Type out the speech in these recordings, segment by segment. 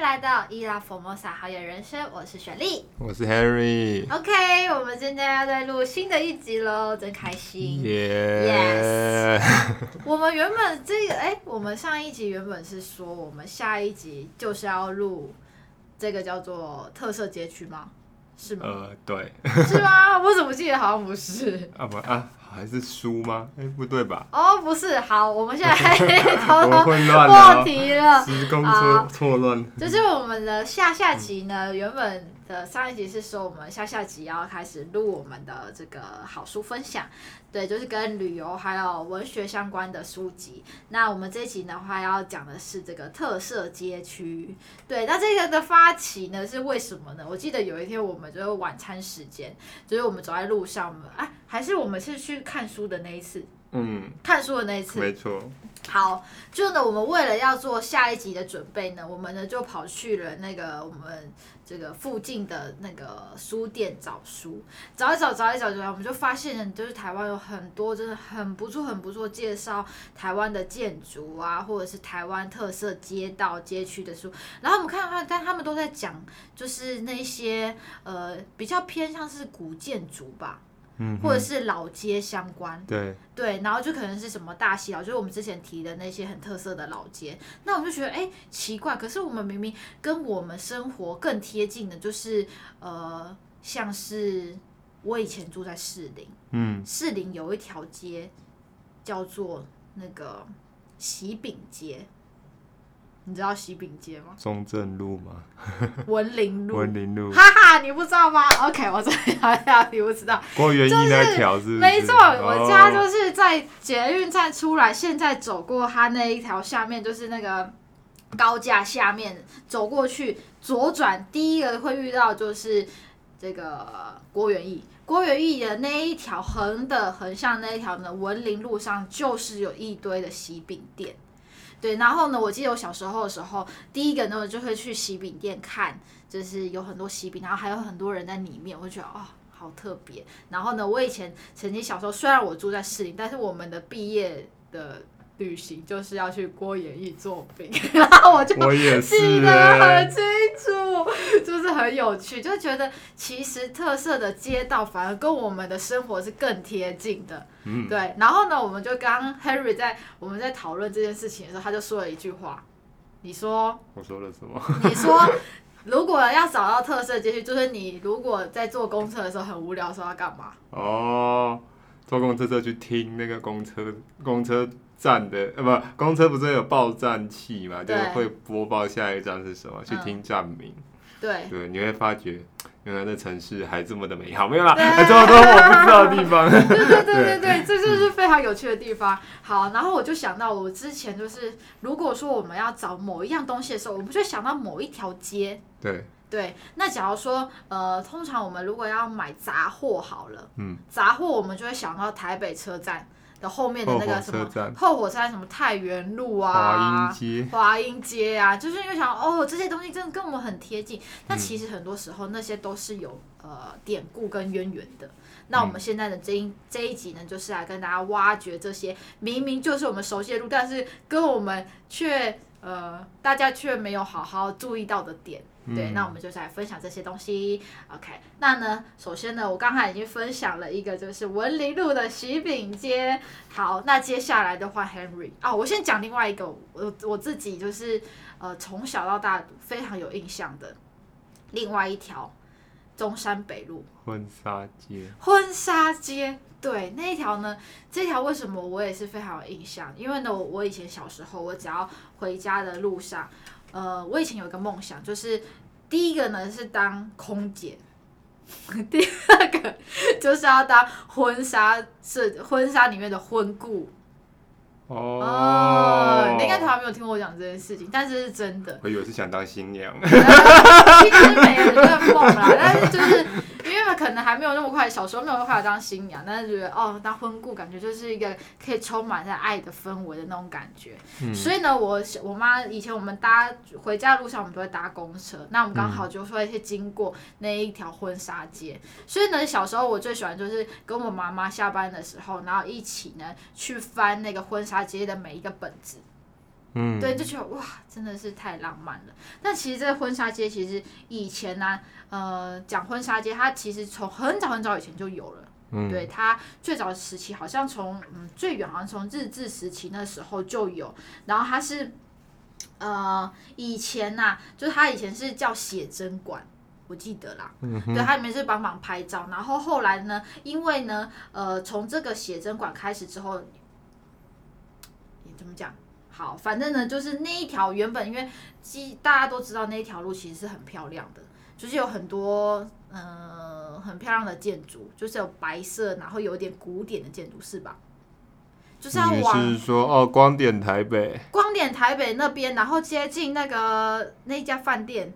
来到伊拉佛摩萨好野人生，我是雪莉。我是 Harry，Oh, OK，我们今天要再录新的一集喽，真开心。耶！我们原本这个，哎、我们上一集原本是说我们下一集就是要录这个叫做特色街区吗？是吗？ 呃，对是吗？我怎么记得好像不是？啊不啊，还是书吗？哎，不对 吧？哦，不是。好，我们现在偷 我偷混乱了 破哦，题了。啊时空好错错乱。就是我们的下下集呢，原本的上一集是说我们下下集要开始录我们的这个好书分享，对，就是跟旅游还有文学相关的书籍。那我们这一集的话要讲的是这个特色街区，对，那这个的发起呢是为什么呢？我记得有一天我们就是晚餐时间，就是我们走在路上，我们哎、还是我们是去看书的那一次，嗯，看书的那一次，没错，好，就呢，我们为了要做下一集的准备呢，我们呢就跑去了那个我们这个附近的那个书店找书，找一找，找一找，找一找，我们就发现，就是台湾有很多真的很不错、很不错介绍台湾的建筑啊，或者是台湾特色街道、街区的书。然后我们看看，但他们都在讲，就是那些呃比较偏向是古建筑吧，嗯或者哼，是老街相关。对，对，然后就可能是什么大溪老，就是我们之前提的那些很特色的老街。那我们就觉得，哎，奇怪，可是我们明明跟我们生活更贴近的，就是呃，像是我以前住在士林，嗯，？士林有一条街叫做那个喜饼街，你知道喜饼街吗中正路嘛，文林路。文林路，哈哈，你不知道吗？OK，我知 道，你不知道。过园艺那条是不是？没错，我家哦就是在捷运站出来，现在走过它那一条下面，就是那个高架下面走过去，左转第一个会遇到就是这个郭元义。郭元义的那一条横的横向那一条呢，文林路上就是有一堆的喜饼店。对，然后呢，我记得我小时候的时候，第一个呢，我就会去喜饼店看，就是有很多喜饼，然后还有很多人在里面，我就觉得哦，好特别。然后呢，我以前曾经小时候，虽然我住在士林，但是我们的毕业的旅行就是要去郭演义做饼， 然后我就我也记是得很哎，清楚，就是很有趣，就觉得其实特色的街道反而跟我们的生活是更贴近的。嗯，对，然后呢，我们就刚 Henry 在我们在讨论这件事情的时候，他就说了一句话，你说我说了什么？你说。如果要找到特色街区，就是你如果在坐公车的时候很无聊的时候要干嘛？哦，坐公车车去听那个公车公车站的，呃，不，公车不是有报站器嘛，就是对会播报下一站是什么，去嗯听站名。 对，对，你会发觉 原来这城市还这么的美好，没有啦，对还这么多我不知道的地 方。对对对对对，这就是非常有趣的地方。好，然后我就想到，我之前就是，如果说我们要找某一样东西的时候，我们就想到某一条街。对，对，那假如说，呃，通常我们如果要买杂货好了，嗯，杂货我们就会想到台北车站的后面的后那火个什车么站、后火车站，什么太原路华啊阴、街，华阴街啊，就是因为想哦，这些东西真的跟我们很贴近，但其实很多时候那些都是有呃典故跟渊源的。那我嗯们现在的这一这一集呢，就是来跟大家挖掘这些明明就是我们熟悉的路，但是跟我们却呃大家却没有好好注意到的点。对，嗯那我们就是来分享这些东西。OK，那呢，首先呢，我刚才已经分享了一个就是文林路的喜饼街。好，那接下来的话，Henry 啊、我先讲另外一个，我我自己就是呃从小到大非常有印象的另外一条中山北路嗯婚纱街，婚纱街。对那一条呢，这条为什么我也是非常有印象？因为呢，我我以前小时候，我只要回家的路上，呃，我以前有一个梦想，就是第一个呢是当空姐， 第二个就是要当婚纱是婚纱里面的婚顾哦，你应该从来没有听过我讲这件事情，但是是真的。我以为是想当 新娘，其实是每个人的梦啦，但是就是因为可能还没有那么快，小时候没有那么快当新娘，但是觉得哦，当婚顾感觉就是一个可以充满着爱的氛围的那种感觉。嗯所以呢，我我妈以前我们搭回家的路上，我们都会搭公车，那我们刚好就会去经过那一条婚纱街。所以呢，小时候我最喜欢就是跟我妈妈下班的时候，然后一起呢去翻那个婚纱街的每一个本子。嗯，对，就觉得哇，真的是太浪漫了。但其实这个婚纱街，其实以前呢、呃，讲婚纱街，它其实从很早很早以前就有了。嗯，对，它最早时期好像从嗯最远好像从日治时期那时候就有，然后它是呃以前呐、就是它以前是叫写真馆。我记得啦，嗯对，它里面是帮忙拍照，然后后来呢，因为呢，呃，从这个写真馆开始之后，也怎么讲？好，反正呢，就是那一条原本因为基大家都知道那一条路其实是很漂亮的，就是有很多呃很漂亮的建筑，就是有白色，然后有点古典的建筑是吧？就是要你往是说哦，光点台北光点台北那边，然后接近那个那一家饭店，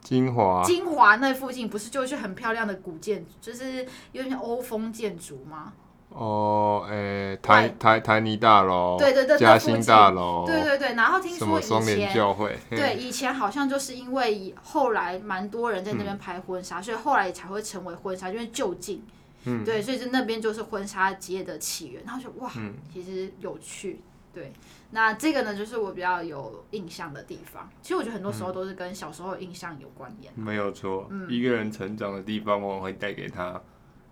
金华，金华那附近不是就是很漂亮的古建筑，就是有点像欧风建筑吗？哦，诶，外台台台泥大楼，对对对嘉那附兴近大楼，对对对，然后听哦什说么以双前联教会，对，以前好像就是因为以后来蛮多人在那边拍婚纱，所以后来才会成为婚纱，因为就近，嗯对，所以就那边就是婚纱街的起源。然后就哇，嗯其实有趣，对。那这个呢，就是我比较有印象的地方。其实我觉得很多时嗯候都是跟小时候的印象有关联。没有错，嗯一个人成长的地方往往会带给他，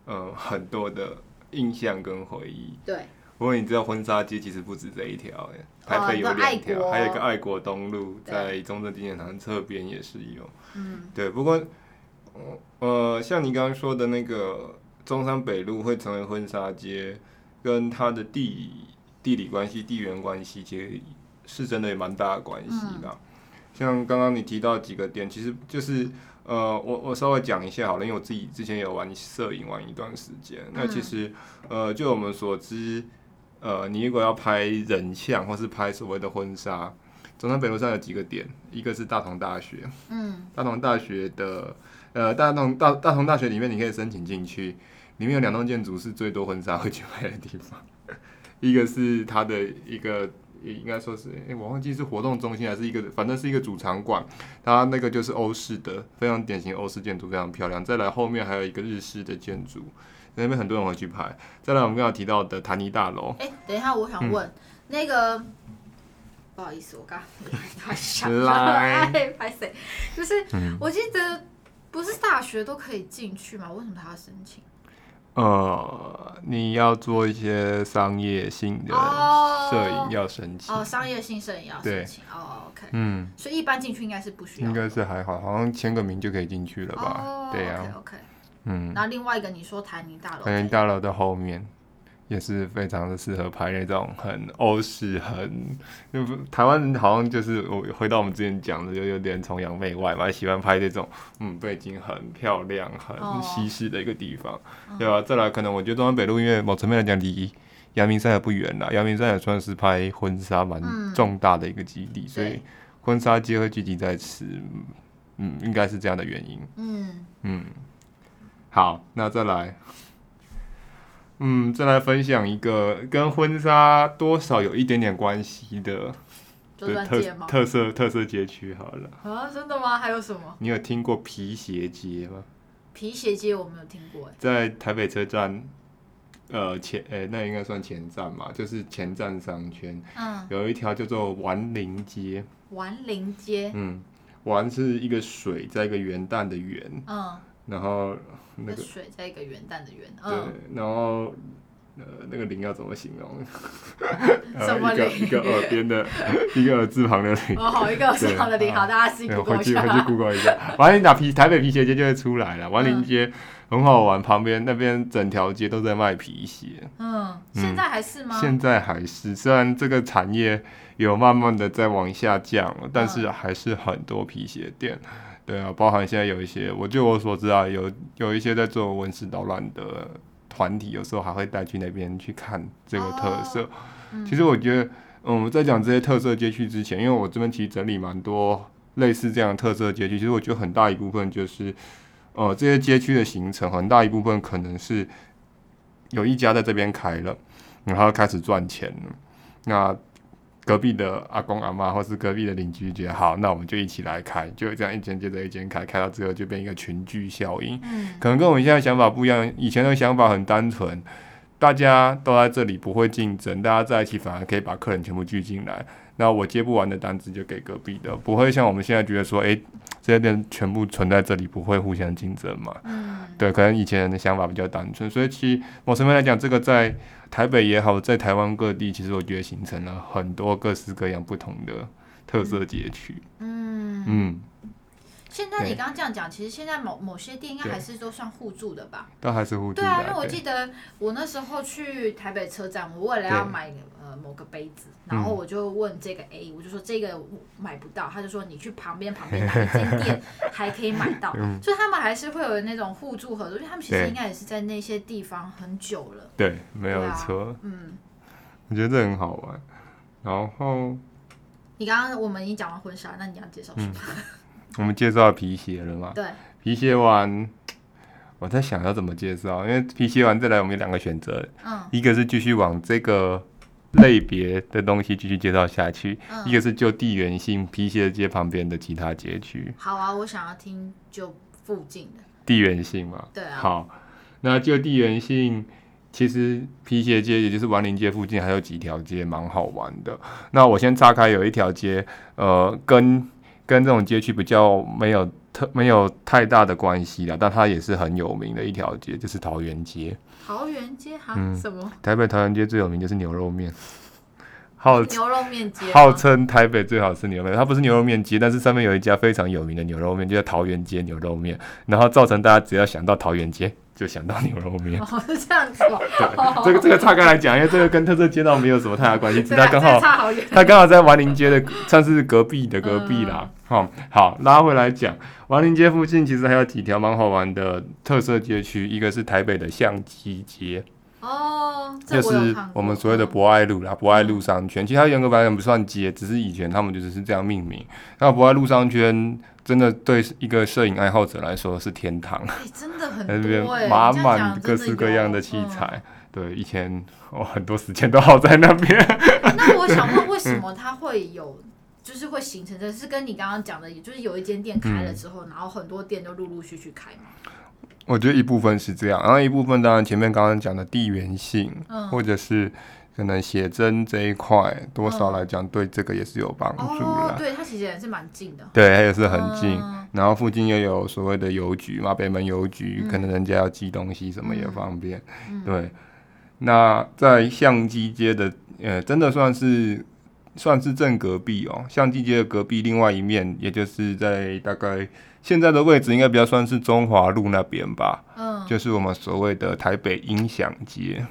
呃，很多的印象跟回忆。对，不过你知道婚纱街其实不止这一条，哎，哦台北有那爱两国条，还有一个爱国东路哦对在中正纪念堂侧边也是有。嗯，对，不过，呃，呃像你刚刚说的那个中山北路会成为婚纱街，跟它的地理地理关系、地缘关系，其实是真的也蛮大的关系啦。嗯像刚刚你提到几个点，其实就是呃，我我稍微讲一下好了，因为我自己之前有玩摄影玩一段时间，那嗯其实呃，就我们所知，呃，你如果要拍人像或是拍所谓的婚纱，中山北路上有几个点，一个是大同大学，嗯，大同大学的呃大同大大同大学里面，你可以申请进去，里面有两栋建筑是最多婚纱会去拍的地方， 一个是它的一个。也应该说是，诶我忘记是活动中心还是一个，反正是一个主场馆。它那个就是欧式的，非常典型欧式建筑，非常漂亮。再来后面还有一个日式的建筑，那边很多人会去拍。再来我们刚刚提到的谭尼大楼，哎、等一下，我嗯想问、那个，不好意思，我刚刚突然想到，来嗯哎，拍谁？就是、我记得不是大学都可以进去吗？为什么他要申请？呃，你要做一些商业性的哦摄影要申请，哦，商业性摄影要申对请哦，OK，嗯，所以一般进去应该是不需要应该是还好，好像签个名就可以进去了吧？哦、对呀、呀、o k OK。嗯，然后另外一个你说台泥大楼，反正大楼的后面。也是非常的适合拍那种很欧式、很就不台湾人好像就是我回到我们之前讲的，就有点崇洋媚外嘛，喜欢拍这种嗯背景很漂亮、哦很西式的一个地方，嗯对吧、再来，可能我觉得中山北路，因为某层面来讲离阳明山也不远啦，阳明山也算是拍婚纱蛮嗯重大的一个基地，所对以婚纱街会聚集在此，嗯嗯，应该是这样的原因。嗯，嗯，好，那再来，嗯，再来分享一个跟婚纱多少有一点点关系的就的算特街吗？特色特色街区好了。啊，真的吗？还有什么你有听过皮鞋街吗？皮鞋街？我没有听过哎、在台北车站，呃前呃、那应该算前站嘛，就是前站商圈嗯，有一条叫做丸林街，丸林街，嗯，丸是一个水，在一个元旦的元，嗯，然后那那个水在一个元旦的元，对嗯，，然后呃，那个铃要怎么形 容？什么呃、一个铃一个耳边的， 一个耳字旁的铃。哦，好一个是好的零，对好，大家自己对 Google 回一去回去下。 Google 一下，反正你打皮台北皮鞋街就会出来了。王林街很好玩，旁边那边整条街都在卖皮鞋。嗯，现在还是吗？现在还是，虽然这个产业有慢慢的在往下降，但是嗯还是很多皮鞋店。对啊，包含现在有一些，我就我所知啊，有有一些在做文史导览的团体，有时候还会带去那边去看这个特色。嗯其实我觉得，嗯，在讲这些特色街区之前，因为我这边其实整理蛮多类似这样的特色街区，其实我觉得很大一部分就是，呃，这些街区的形成很大一部分可能是有一家在这边开了，然后开始赚钱了，那。隔壁的阿公阿妈，或是隔壁的邻居，觉得好，那我们就一起来开，就这样一间接着一间开，开到最后就变一个群聚效应。嗯可能跟我们现在想法不一样，以前的想法很单纯，大家都在这里不会竞争，大家在一起反而可以把客人全部聚进来。那我接不完的单子就给隔壁的，不会像我们现在觉得说，诶，这些店全部存在这里，不会互相竞争嘛？嗯，对，可能以前人的想法比较单纯，所以其实某层面来讲，这个在台北也好，在台湾各地，其实我觉得形成了很多各式各样不同的特色街区。嗯，嗯，现在对你刚刚这样讲，其实现在某某些店应该对还是都算互助的吧？但还是互助对的、啊，因为我对记得我那时候去台北车站，我为了要对嗯买呃某个杯子，然后我就问这个 A，、我就说这个我买不到，他就说你去旁边旁 边哪一间店还可以买到，嗯所以他们还是会有那种互助合作，因为他们其实对应该也是在那些地方很久了，对，没对有啊错，嗯。我觉得这很好玩。然后你刚刚我们已经讲完婚纱，那你要介绍什么？我们介绍皮鞋了嘛？对，皮鞋完，我在想要怎么介绍，因为皮鞋完再来我们有两个选择，嗯一个是继续往这个类别的东西继续介绍下去，一嗯，个是就地缘性皮鞋街旁边的其他街区，好啊，我想要听就附近的，地缘性嘛。对啊，好，那就地缘性，其实皮鞋街也就是王林街附近还有几条街蛮好玩的。那我先岔开，有一条街，呃，跟跟这种街区比较没有特没有太大的关系啦，但它也是很有名的一条街，就是桃园街。桃园街哈、嗯什么台北桃园街最有名就是牛肉面，号牛肉面街吗，号称台北最好吃牛肉面，它不是牛肉面街，但是上面有一家非常有名的牛肉面，就叫桃园街牛肉面，然后造成大家只要想到桃园街就想到牛肉面。哦是这样子哦，对，这个这个岔开来讲，因为这个跟特色街道没有什么太大关系，只是对它啊，刚这个好差好远。它刚好在王林街的，算是隔壁的隔壁啦。嗯好、好，拉回来讲，王林街附近其实还有几条蛮好玩的特色街区，一个是台北的相机街，哦，就这我有是看过嗯我们所谓的博爱路啦，博爱路商圈。其实它严格来讲不算街，只是以前他们就是是这样命名。那博爱路商圈真的对一个摄影爱好者来说是天堂。哎真的很 在这多哎，边满你这样满讲各真的式各有嗯样的器材。。对，以前我、很多时间都耗在那边。 嗯那我想问，为什嗯么它会有，就是会形成这？是跟你刚刚讲的，也就是有一间店开了之后，然后很多店都陆陆续续开嘛？我觉得一部分是这样，然后一部分当然前面刚刚讲的地缘性，嗯，或者是可能写真这一块，多少嗯来讲对这个也是有帮助哦，啦。对，它其实也是蛮近的，对，还有是啊很近。嗯然后附近又有所谓的邮局嘛，北门邮局，可能人家要寄东西什么也嗯方便。嗯对，那在相机街的，呃，真的算是算是正隔壁哦。相机街的隔壁另外一面，也就是在大概现在的位置，应该比较算是中华路那边吧，嗯，就是我们所谓的台北音响街，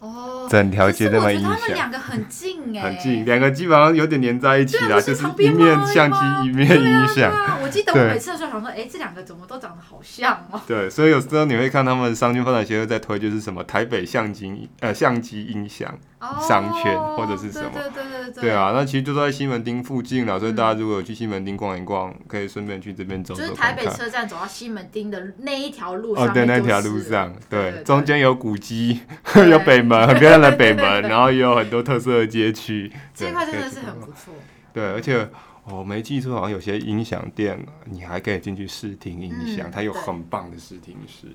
哦，整条街可是都我卖觉音得他们响。两个很近哎， 很近，两个基本上有点连在一起对啊啦，不是就是旁一边面吗相吗机，一面对音啊对响。啊，我记得对我每次的时候想说，哎，这两个怎么都长得好像哦。对，所以有时候你会看他们商圈发展协会在推，就是什么台北相机呃相机音响，商圈哦或者是什么对对对对对嗯对，啊，那其实就在西门町附近啦，啊所以大家如果有去西门町逛一逛，可以顺便去这边走就是走台看北看。车站走到西门町的那一条路上哦，对，面那就条是路上，对对，对中间有古迹，对有北门，很漂亮的北对对 门，对然后也有很多特色的街区。这一对块真可以的去是逛很逛不 错。对，而且哦我没记错，好像有些音响店，你还可以进去试听音响，嗯它有对很棒的试听室。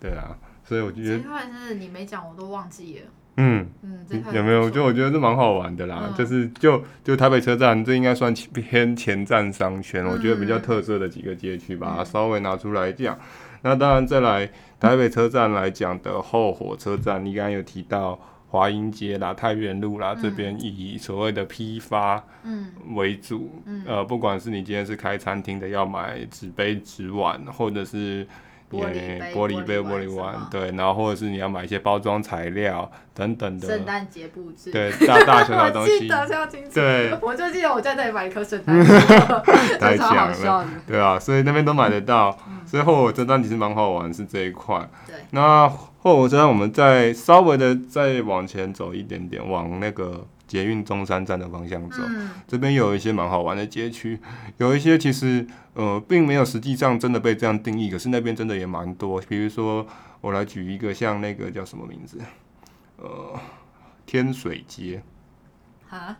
对啊，所以我觉这一得，块真的你没讲我都忘记了。嗯。嗯，这一你块有没有？很不就错我觉得这蛮好玩的啦，嗯就是就就台北车站，这应该算偏前站商圈，我觉得比较嗯特色的几个街区吧，嗯稍微拿出来讲。那当然，再来台北车站来讲的后火车站，你刚刚有提到华阴街啦、太原路啦，这嗯边以所谓的批发嗯为主，嗯呃，不管是你今天是开餐厅的，要买纸杯、纸碗，或者是玻璃呃杯玻璃玻璃杯、碗玻什璃碗么，对，然后或者是你要买一些包装材料等等的，圣诞节布置， 对，大大小我小的东记西，得是要清楚。对，我就记得我在那里买一颗圣诞 树，这太超好强笑了的。，对啊，所以那边都买得到。嗯所以后火车站其实蛮好玩，是这一块。对，那后火车站我们再稍微的再往前走一点点，往那个捷运中山站的方向走。嗯这边有一些蛮好玩的街区，有一些其实呃并没有实际上真的被这样定义，可是那边真的也蛮多。比如说，我来举一个像那个叫什么名字，呃，天水街。啊，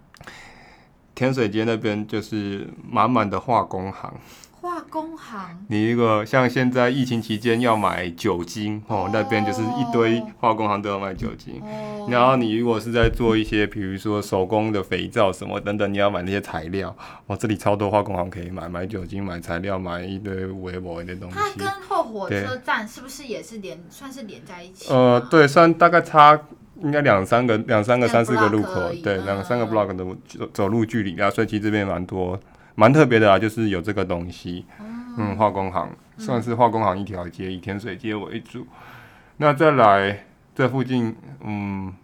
天水街那边就是满满的化工行，化工行，你如果像现在疫情期间要买酒精哦，那边就是一堆哦化工行都要卖酒精。哦，然后你如果是在做一些，比如说手工的肥皂什么等等，你要买那些材料，哦，这里超多化工行可以买，买酒精、买材料、买一堆微博的东它西。跟后火车对站是不是也是连算是连在一起？呃，，对，算大概差应该两三个、两三个、两三四个 block 路口而已，对，两三个嗯 block 的走走路距离啊，所以其实这边蛮多，蛮特别的啊，就是有这个东西，哦嗯，化工行算是化工行一条街，以甜水街为主。那再来这附近，嗯，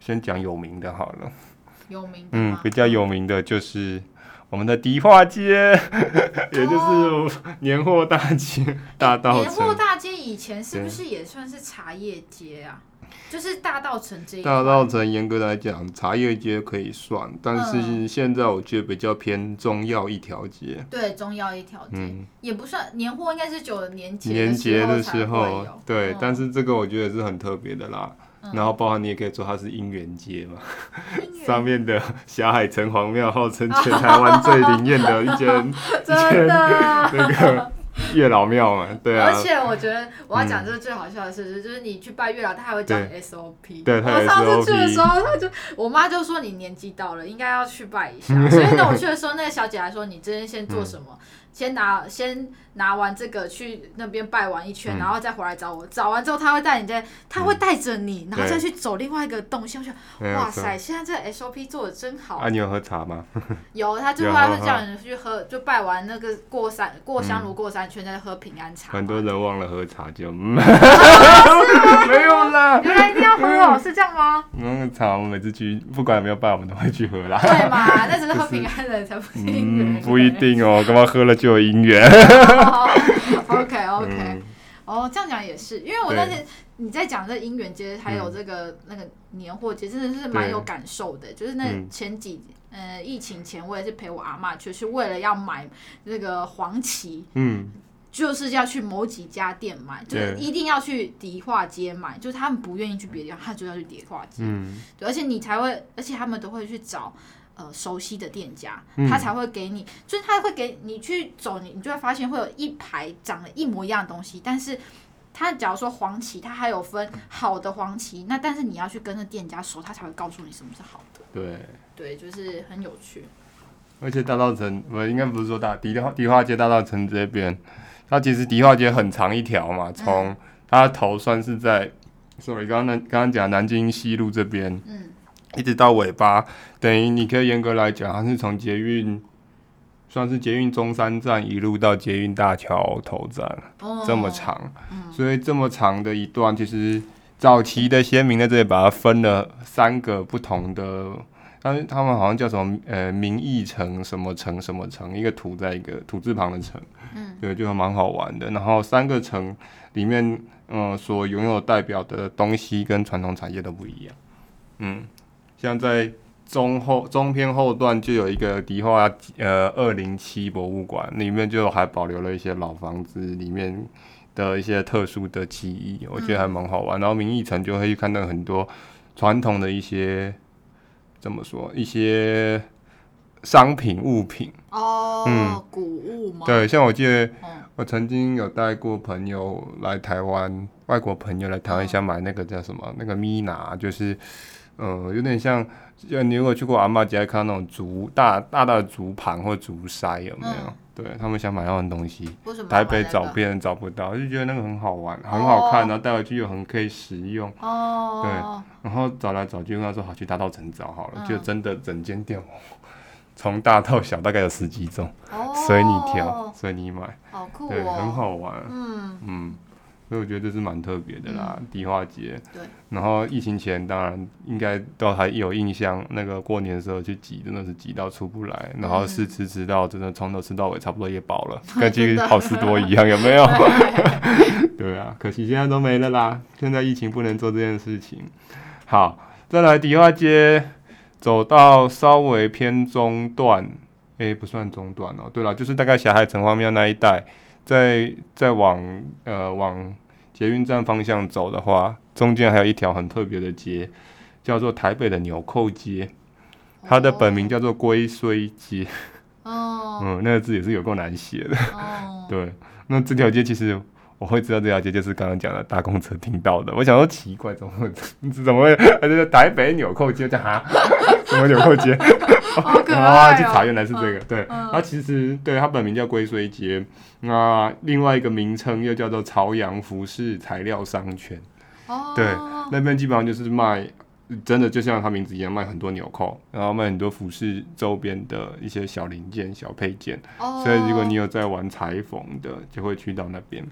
先讲有名的好了，有名的嗯吗，比较有名的就是。我们的迪化街， 也哦就是年货大街、大道年货城。大街以前是不对是也算是茶叶街啊？就是大道城这一大块道城严格来讲，茶叶街可以算，但嗯是现在我觉得比较偏中药一条街。对中药一条街、嗯，也不算年货，应该是九年嗯节年节的时时候才会候有， 对嗯，但是这个我觉得是很特别的啦。然后包含你也可以说它是姻缘街嘛，姻缘上面的霞海城隍庙号称全台湾最灵验的一间真 的。那个月老庙嘛，对啊而，且我觉得我要讲这个最好笑的事实，就是你去拜月老，他还会教你 SOP。对他有我上次去的 SOP 时候，他就我妈就说你年纪到了，应该要去拜一 下。所以等我去的时候，那个小姐还说你今天先做什嗯么？先拿先拿完这个去那边拜完一圈，嗯然后再回来找我。找完之后，他会带你在，他会带着你，然后对再去走另外一个动线。我想，嗯没有哇错。塞，现在这 SOP 做的真好。啊，你有喝茶吗？有，他最有后他啊会叫你去喝，就拜完那个过三过香炉过三圈，再喝平安茶嘛。很多人忘了喝茶 就，嗯没有啦。原来一定要喝哦，是这样吗？那个茶，我们每次去，不管有没有办，我们都会去喝啦。 对嘛，那只是喝平安的人才不是姻缘、 嗯，不一。定哦，干嘛喝了就有姻缘？ OK OK，、嗯哦，这样讲也是，因为我那对天你在讲这姻缘街，还有这个、那个年货节，真的是蛮嗯对有感受的。就是那嗯前几、呃疫情前，我也是陪我阿妈去，是为了要买那个黄芪，嗯，就是要去某几家店买，就是对一定要去迪化街买，就是他们不愿意去别的地方，他就要去迪化街。嗯，对，而且你才会，而且他们都会去找呃熟悉的店家，嗯他才会给你，就是他会给你去走，你你就会发现会有一排长得一模一样的东西，但是。他假如说黄芪，它还有分好的黄芪，那但是你要去跟着店家熟，他才会告诉你什么是好的。对。对，就是很有趣。而且大道城，我应该不是说大迪化迪化街大道城这边，它其实迪化街很长一条嘛，从它的头算是在，sorry，刚刚那刚刚讲南京西路这边，嗯，一直到尾巴，等于你可以严格来讲，它是从捷运。算是捷运中山站一路到捷运大桥头站，哦嗯这么长，嗯所以这么长的一段，其实早期的先民在这里把它分了三个不同的，但是他们好像叫什么呃民意城什么城什么城，一个土在一个土字旁的城，嗯，对，就蛮好玩的。然后三个城里面，嗯、所拥有代表的东西跟传统产业都不一样，嗯，像在。中后中篇后段就有一个迪化呃二零七博物馆，里面就还保留了一些老房子里面的一些特殊的记忆，我觉得还蛮好玩。然后明义城就会去看到很多传统的一些怎么说一些商品物品。哦，嗯古物吗？，对，像我记得嗯，我曾经有带过朋友来台湾，外国朋友来台湾想买那个叫什么那个米娜，就是。呃，有点像，就你如果去过阿嬷家，看到那种竹大大大的竹盘或竹筛，有没有？嗯对他们想买那种东西，为什么台要买那个？北找遍人找不到，就觉得那个很好玩，很好看，然后带回去又很可以食用，哦，然后找来找去跟他说好去大道城找好了，嗯就真的整间店从大到小大概有十几种，对，哦，随你挑，，随你买，好酷对，哦，很，好玩，嗯，嗯。所以我觉得这是蛮特别的啦，迪化街。对。然后疫情前当然应该都还有印象，那个过年的时候去挤，真的是挤到出不来，然后是吃吃到真的从头吃到尾，差不多也饱了，跟去好事多一样，有没有？对啊，可惜现在都没了啦。现在疫情不能做这件事情。好，再来迪化街，走到稍微偏中段，诶、不算中段哦。对了，就是大概霞海城隍庙那一带，再再往呃往捷运站方向走的话，中间还有一条很特别的街，叫做台北的纽扣街，它的本名叫做龟虽街。哦，哦嗯，那个字也是有够难写的。 哦，对，那这条街其实我会知道这条街就是刚刚讲的搭公车听到的。我想说奇怪，怎么会 怎么会？而且台北纽扣街，我 讲哈，什么纽扣街？好可啊，爱去查哦。原来是这个。对，嗯它其实对它本名叫龟虽街，那另外一个名称又叫做朝阳服饰材料商圈。哦，对那边基本上就是卖，真的就像它名字一样，卖很多纽扣，然后卖很多服饰周边的一些小零件、小配件。哦，所以如果你有在玩裁缝的，就会去到那边。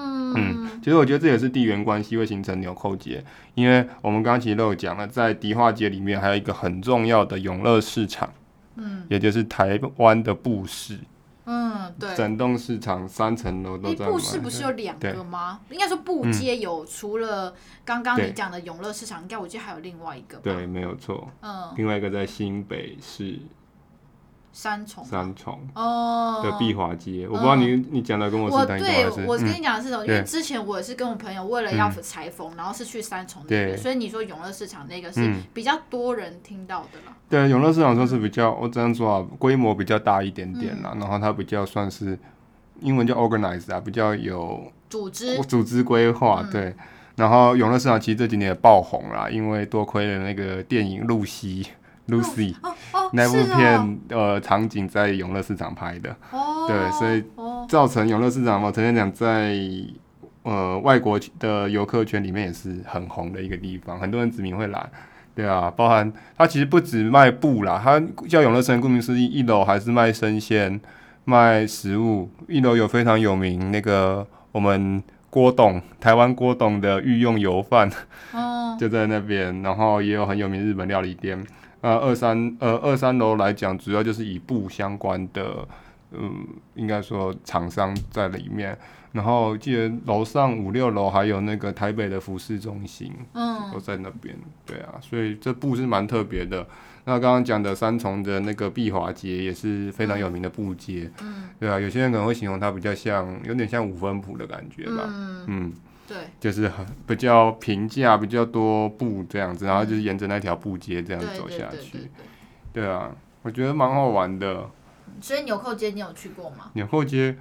嗯其实我觉得这也是地缘关系会形成纽扣街，因为我们刚刚其实都有讲了，在迪化街里面还有一个很重要的永乐市场，嗯也就是台湾的布市，嗯，对。整栋市场三层楼都诶，在布市卖不是对有两对嗯个吗？应该说布街有，除了刚刚对你讲的永乐市场，应该我记得还有另外一个吧。对，没有错。嗯，另外一个在新北市三重吧。三重哦。的碧华街，我不知道你你讲的跟我我是同一个对还是？我跟嗯你讲的是什么？因对为之前我也是跟我朋友为了要嗯裁缝，然后是去三重那边，对所以你说永乐市场那个是嗯，比较多人听到的啦。对，永乐市场算是比较，我这样说啊，规模比较大一点点嗯啦，然后它比较算是英文叫 organized 啊，比较有组织嗯组织规划，对。然后永乐市场其实这几年也爆红啦，因为多亏了那个电影《露西》（Lucy） 哦哦，那部是哦片，呃，场景在永乐市场拍的，哦，对所以哦，造成永乐市场嘛，陈院长在呃外国的游客圈里面也是很红的一个地方，很多人指名会来。对啊，包含它其实不止卖布啦，它叫永乐城，顾名思义，一楼还是卖生鲜、卖食物。一楼有非常有名那个我们郭董，台湾郭董的御用油饭，哦，就在那边，然后也有很有名日本料理店。呃，二三呃二三楼来讲，主要就是以布相关的，嗯，应该说厂商在里面。然后记得楼上五六楼还有那个台北的服饰中心都嗯，在那边，对啊，所以这布是蛮特别的。那刚刚讲的三重的那个碧华街也是非常有名的布街，嗯，对啊，有些人可能会形容它比较像，有点像五分埔的感觉吧，嗯，嗯对就是很比较平价、比较多布这样子，然后就是沿着那条布街这样对对走对下对去。对。对啊，我觉得蛮好玩的。所以纽扣街你有去过吗？纽扣街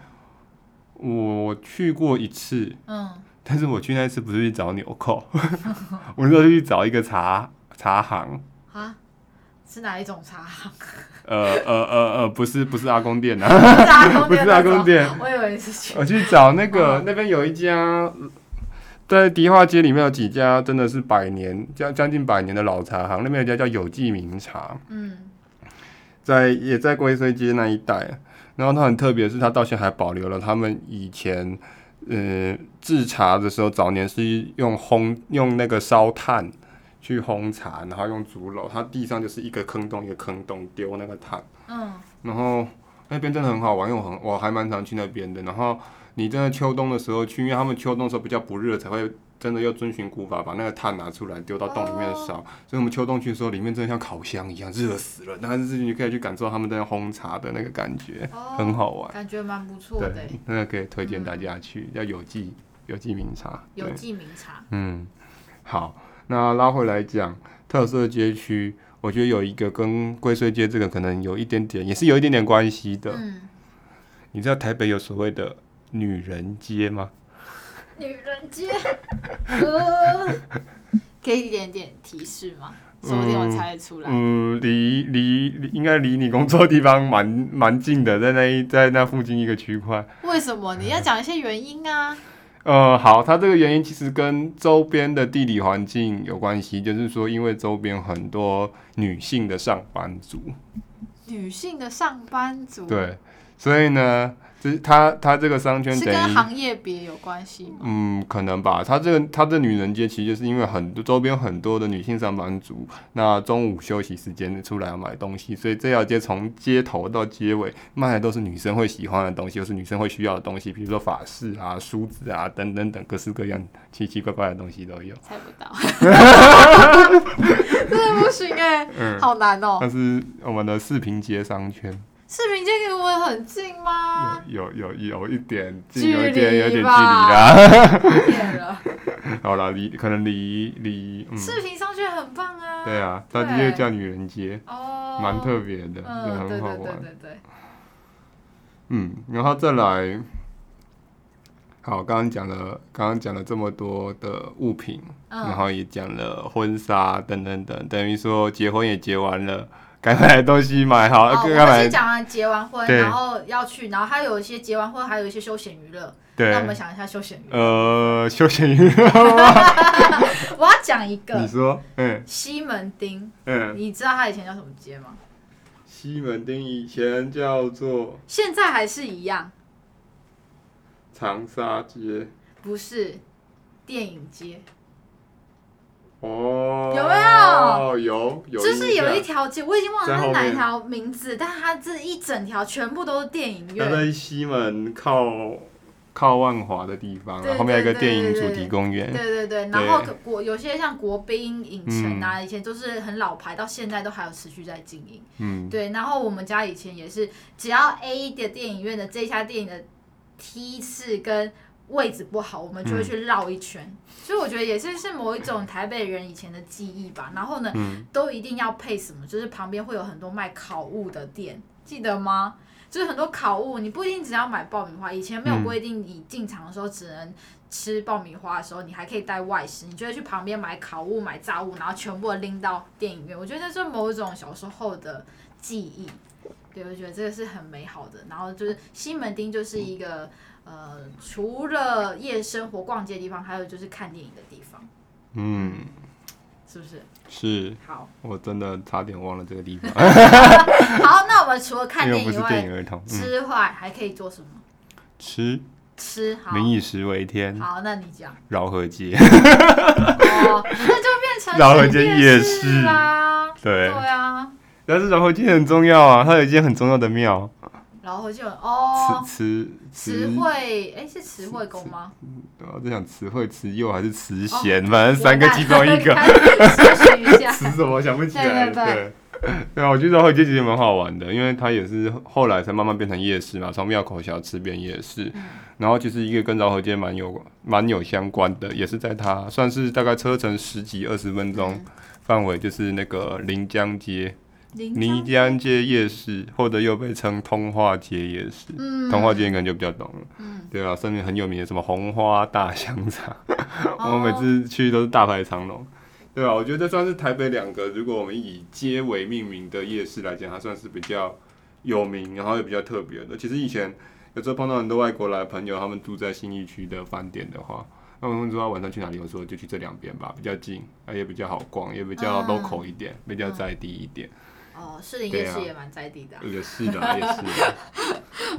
我去过一次，嗯，但是我去那一次不是去找纽扣， 我那时候是去找一个茶茶行。啊，是哪一种茶？ 呃呃呃呃，不是不是阿公店嗯啊，不是阿公公店， 我以为是去 我去找那个那边有一家，在迪化街里面有几家真的是百年将将近百年的老茶行，那边有一家叫有记名茶，嗯在也在龟虽街那一带。然后它很特别，是它到现在还保留了他们以前，呃，制茶的时候，早年是用烘用那个烧炭去烘茶，然后用竹篓，它地上就是一个坑洞一个坑洞丢那个炭，嗯然后那边真的很好玩，因为我很我还蛮常去那边的。然后你真的秋冬的时候去，因为他们秋冬的时候比较不热，才会真的要遵循古法把那个炭拿出来丢到洞里面烧。哦所以我们秋冬去的时候，里面真的像烤箱一样，热死了。但是你可以去感受他们在烘茶的那个感觉，哦，很，好玩。感觉蛮不错对的欸，，那个可以推荐大家去，叫有记有记名茶。对嗯有记名茶。嗯，好，那拉回来讲特色街区，我觉得有一个跟龟虽街这个可能有一点点，也是有一点点关系的。嗯，你知道台北有所谓的女人街吗？女人 街，呃可以一点点提示吗？说不定我猜得出来。嗯，离离离应该离你工作的地方蛮蛮近的，在那一在那附近一个区块。为什么你要讲一些原因啊？呃，好，它这个原因其实跟周边的地理环境有关系，就是说因为周边很多女性的上班族，女性的上班族，，对，所以呢，就是它它这个商圈是等跟于行业别有关系吗？嗯，可能吧。她这个她这女人街其实就是因为很多周边很多的女性上班族，那中午休息时间出来要买东西，所以这条街从街头到街尾卖的都是女生会喜欢的东西，又是女生会需要的东西，比如说法式啊、梳子啊等等等各式各样奇奇怪怪的东西都有。猜不 到， 真的不行哎、嗯，好难哦、但是我们的视频街商圈视频间离我们很近吗？有有有有一点距近，有一点离有一点距离吧啦。变了， 好啦，离可能离离嗯，视频上去很棒啊。对啊，它对就叫女人街。哦，蛮特别的，嗯，对，对很好对对玩。对对，嗯，然后再来，好，刚刚讲了，刚刚讲了这么多的物品，然嗯，后也讲了婚纱等等等，等于说结婚也结完了，该买的东西买好，哦，我该们买先的讲完结完婚，对然后要去，然后还有一些结完婚，还有一些休闲娱乐。那我们对，想一下休闲娱乐， 呃，休闲娱乐，我要讲一你个说，嗯西门町，嗯，你知道它以前叫什么街吗？西门町以前叫做现在还是一样，长沙街，不是电影街，哦，有没有？哦有，有就是有一印象，条街，我已经忘了在它后是哪面一条名字，但它这一整条全部都是电影它院。在西门靠靠万华的地方，啊对后面有一个对电影对主对题公园，对对对，然后国有些像国宾影城啊，以前都是很老牌，到现在都还有持续在经营。嗯，对，然后我们家以前也是，只要 A 的电影院的这一家电影的梯次跟位置不好，我们就会去绕一圈。所以我觉得也是是某一种台北人以前的记忆吧。然后呢，嗯都一定要配什么，就是旁边会有很多卖烤物的店，记得吗？就是很多烤物，你不一定只要买爆米花。以前没有嗯规定，你进场的时候只能吃爆米花的时候，你还可以带外食，你就会去旁边买烤物、买炸物，然后全部拎到电影院。我觉得这是某一种小时候的记忆，对，我觉得这个是很美好的。然后就是西门町就是一个呃，除了夜生活、逛街的地方，还有就是看电影的地方，嗯，是不是？是好，我真的差点忘了这个地方，好，那我们除了看 因电为影不以是电外，影儿童。嗯，吃坏还可以做什么？吃吃好。民以食为天，好，那你讲饶河街，哦，那就变 成饶河街夜市市啊啦。对 对，啊，但是饶河街很重要啊，它有一间很重要的庙，然后就有哦，慈慈词慈，汇，哎，是词汇宫吗？我在想慈惠、慈幼还是慈哦贤，反正三个我其中一 个。开始搜寻一下。吃什么想不起来了。 对对对， 对啊，我觉得饶河街其实蛮好玩的，因为它也是后来才慢慢变成夜市嘛，从庙口小吃变夜市。嗯然后其实一个跟饶河街蛮有蛮有相关的，也是在它算是大概车程十几二十分嗯钟范围，就是那个临江街、临泥江街夜市，或者又被称通化街夜市。嗯，通化街你可能就比较懂了，嗯对啊，上面很有名的什么红花大香肠。我哦，每次去都是大排长龙，对啊吧、我觉得这算是台北两个，如果我们以街为命名的夜市来讲，它算是比较有名，然后也比较特别的。其实以前有时候碰到很多外国来的朋友，他们住在新义区的饭店的话，他们问说啊晚上去哪里，我说就去这两边吧，比较近，啊也比较好逛，也比较嗯 local 一点，比较在地一点。哦，士林对夜市啊也蛮在地的啊。也是的，也是 的。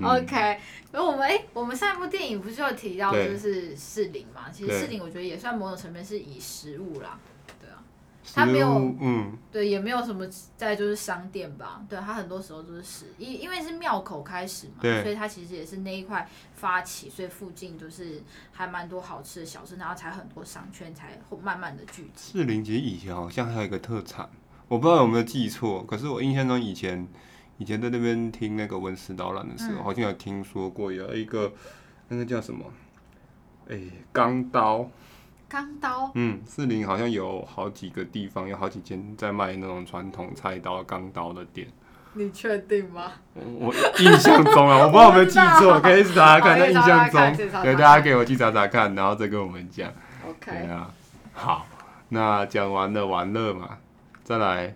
嗯 OK，那我们哎、我们上一部电影不是有提到对就是士林嘛？其实对士林我觉得也算某种层面是以食物啦，对啊，食它没有物，嗯，对，也没有什么在就是商店吧，对，它很多时候都是食，因因为是庙口开始嘛，对所以它其实也是那一块发起，所以附近就是还蛮多好吃的小吃，然后才很多商圈才慢慢的聚集。士林其实以前好像还有一个特产，我不知道有没有记错，可是我印象中以前以前在那边听那个文史导览的时嗯候，好像有听说过有一个那个叫什么，哎、钢哦刀，钢刀，嗯，士林好像有好几个地方有好几间在卖那种传统菜刀、钢刀的店。你确定吗？我我印象中啊，我不知道有没有记我不知错，道可以去查查看。 好但可以印查象查中看可以查，查对看大家可以回去查查看，然后再跟我们讲。 OK，对啊，好，那讲完了玩乐嘛，再来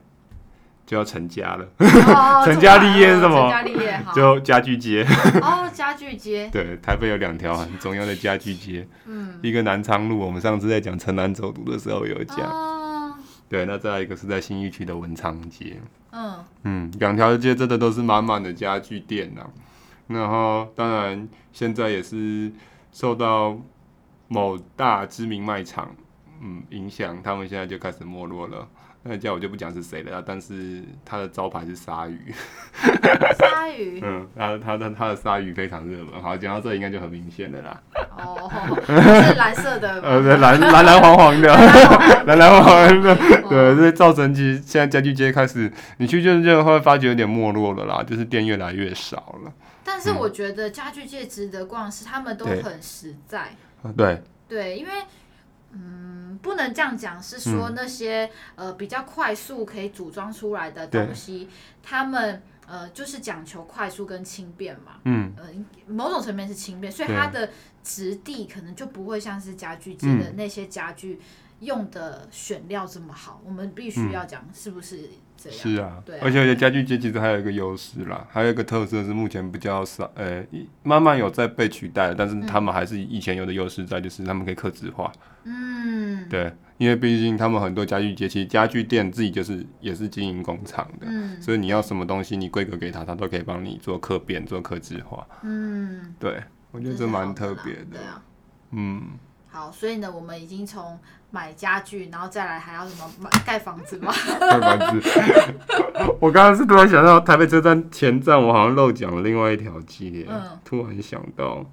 就要成家了， 哦成嗯家立业是什么成家立业，好， 就家具街。哦，家具 街，对，台北有两条很重要的家具街，嗯，一个南昌路，我们上次在讲城南走读的时候有讲。哦，对，那再来一个是在新义区的文昌街。嗯，嗯，两条街真的都是满满的家具店呐、然后，当然现在也是受到某大知名卖场嗯影响，他们现在就开始没落了。那家我就不讲是谁了啊，但是它的招牌是鲨鱼，鲨鱼。嗯，它它它它的鲨鱼非常热门。好，讲到这应该就很明显的啦，哦，是蓝色的吗。 呃，蓝蓝蓝黄黄的，蓝蓝黄黄的，对，这造成其实现在家具街开始，你去就是就会发觉有点没落了啦，就是店越来越少了。但是我觉得家具界值得逛是他们都对很实在，啊对，对，因为。嗯，不能这样讲，是嗯说那些、呃比较快速可以组装出来的东西，他们呃，就是讲求快速跟轻便嘛，嗯，呃，某种层面是轻便，所以对嗯它的质地可能就不会像是家具界的那些家具用的选料这么好。我们必嗯须要讲是不是这样？是啊对，啊而且而且家具街其实还有一个优势啦，还有一个特色是目前比较少，呃，一慢慢有在被取代，但是他们还是以前有的优势在，就是他们可以刻字化，嗯对，因为毕竟他们很多家具街其实家具店自己就是也是经营工厂的，嗯所以你要什么东西，你规格给他，他都可以帮你做刻变、做刻字化，嗯，对我觉得是这蛮好特啦别对的，啊，嗯，好，所以呢，我们已经从买家具，然后再来还要什么买盖房子吗？太白痴。 我刚刚是突然想到台北车站前站，我好像漏讲了另外一条街，嗯突然想到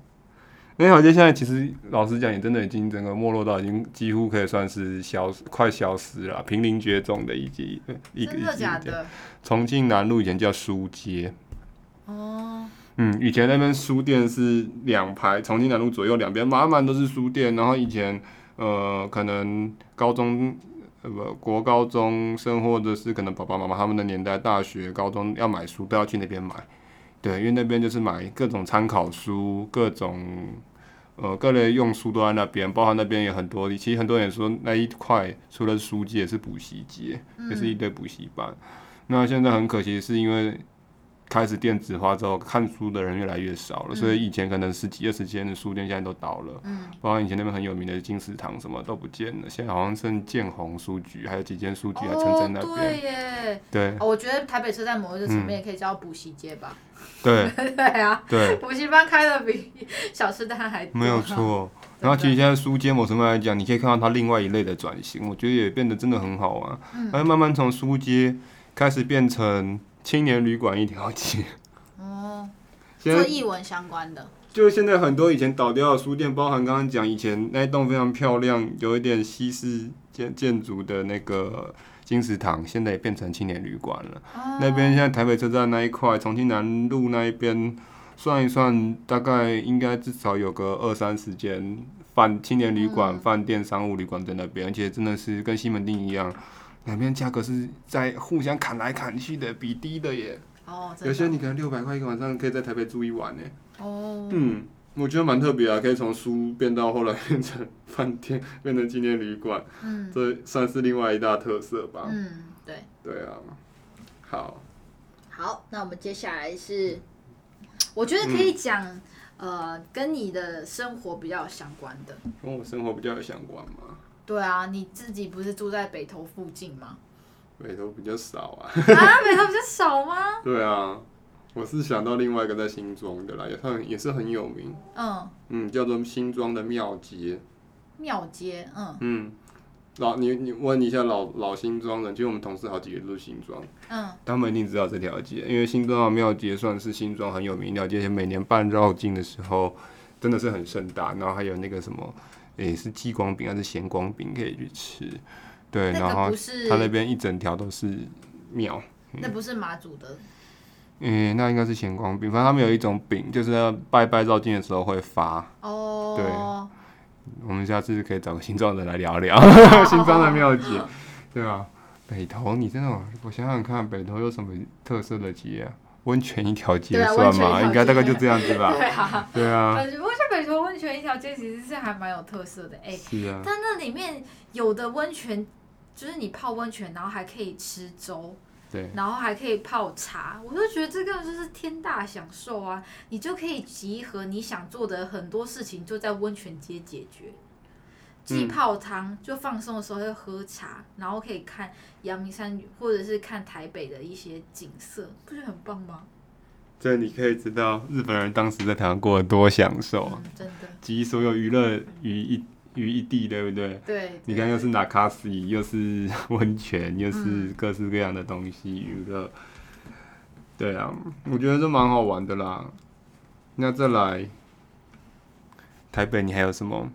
那条街现在其实老实讲，也真的已经整个没落到已经几乎可以算是消失快消失了，濒临绝种的一级 呃一个真一的级假的。的？重庆南路以前叫书街，哦，嗯，以前那边书店是两排，重庆南路左右两边满满都是书店。然后以前，呃，可能高中，呃，不，国高中生或者是可能爸爸妈妈他们的年代，大学、高中要买书都要去那边买。对，因为那边就是买各种参考书，各种呃各类用书都在那边，包含那边有很多，其实很多人说那一块除了书街也是补习街，嗯也是一堆补习班。那现在很可惜，是因为开始电子化之后，看书的人越来越少了，所以以前可能十几二十间的书店现在都倒了，嗯，包括以前那边很有名的金石堂什么都不见了，现在好像剩建宏书局，还有几间书局还撑在哦，那边。对耶。对哦，我觉得台北车站某一个层面也可以叫补习街吧。 对对啊，对，补习班开的比小吃摊还多。没有。 错。然后其实现在书街某层面来讲，你可以看到它另外一类的转型，我觉得也变得真的很好玩。嗯它会慢慢从书街开始变成青年旅馆一条街。哦， 现做在译文相关的。就现在很多以前倒掉的书店，包含刚刚讲以前那一栋非常漂亮、有一点西式建建筑的那个金石堂，现在也变成青年旅馆了。哦，那边现在台北车站那一块，重庆南路那一边，算一算，大概应该至少有个二三十间饭青年旅馆、嗯饭店、商务旅馆在那边，而且真的是跟西门町一样，两边价格是在互相砍来砍去的，比低的耶。哦，真的有些你可能六百块一个晚上可以在台北住一晚呢。哦，嗯，我觉得蛮特别啊，可以从书变到后来变成饭店，变成纪念旅馆，嗯这算是另外一大特色吧。嗯，对。对啊，好，好，那我们接下来是，我觉得可嗯以讲、呃，跟你的生活比较有相关的。跟我生活比较有相关嘛，对啊，你自己不是住在北投附近吗？北投比较少啊。啊，北投比较少吗？对啊，我是想到另外一个在新庄的啦，也算也是很有名，嗯，嗯，叫做新庄的庙街。庙街，嗯嗯，老你你问一下老老新庄人，其实我们同事好几个都是新庄。嗯他们一定知道这条街，因为新庄的庙街算是新庄很有名的一条街，而且每年办绕境的时候真的是很盛大。然后还有那个什么，也是鸡光饼还是咸光饼可以去吃，对，那然个后不是它那边一整条都是庙，那不是马祖的，嗯，那应该是咸光饼，反正他们有一种饼，就是要拜拜绕境的时候会发。哦，我们下次可以找个新庄人来 聊聊新庄的庙街，对吧？北投，你真的，我想想看，北投有什么特色的街啊？温泉一条街对啊温算泉一条吗？街应该大概就这样 子吧。对啊，对啊，感觉我觉得北投温泉一条街其实是还蛮有特色的，哎、是啊，但那里面有的温泉就是你泡温泉，然后还可以吃粥，对，然后还可以泡茶，我就觉得这个就是天大享受啊！你就可以集合你想做的很多事情，就在温泉街解决。既嗯泡汤，就放松的时候又喝茶，然后可以看阳明山或者是看台北的一些景色，不觉得很棒吗？这你可以知道日本人当时在台湾过得多享受啊，嗯，真的，集所有娱乐于一于一地，对不对？对，你看，又是纳卡西，又是 温泉，又是嗯各式各样的东西娱乐。对啊，我觉得这蛮好玩的啦。那再来，台北，你还有什么？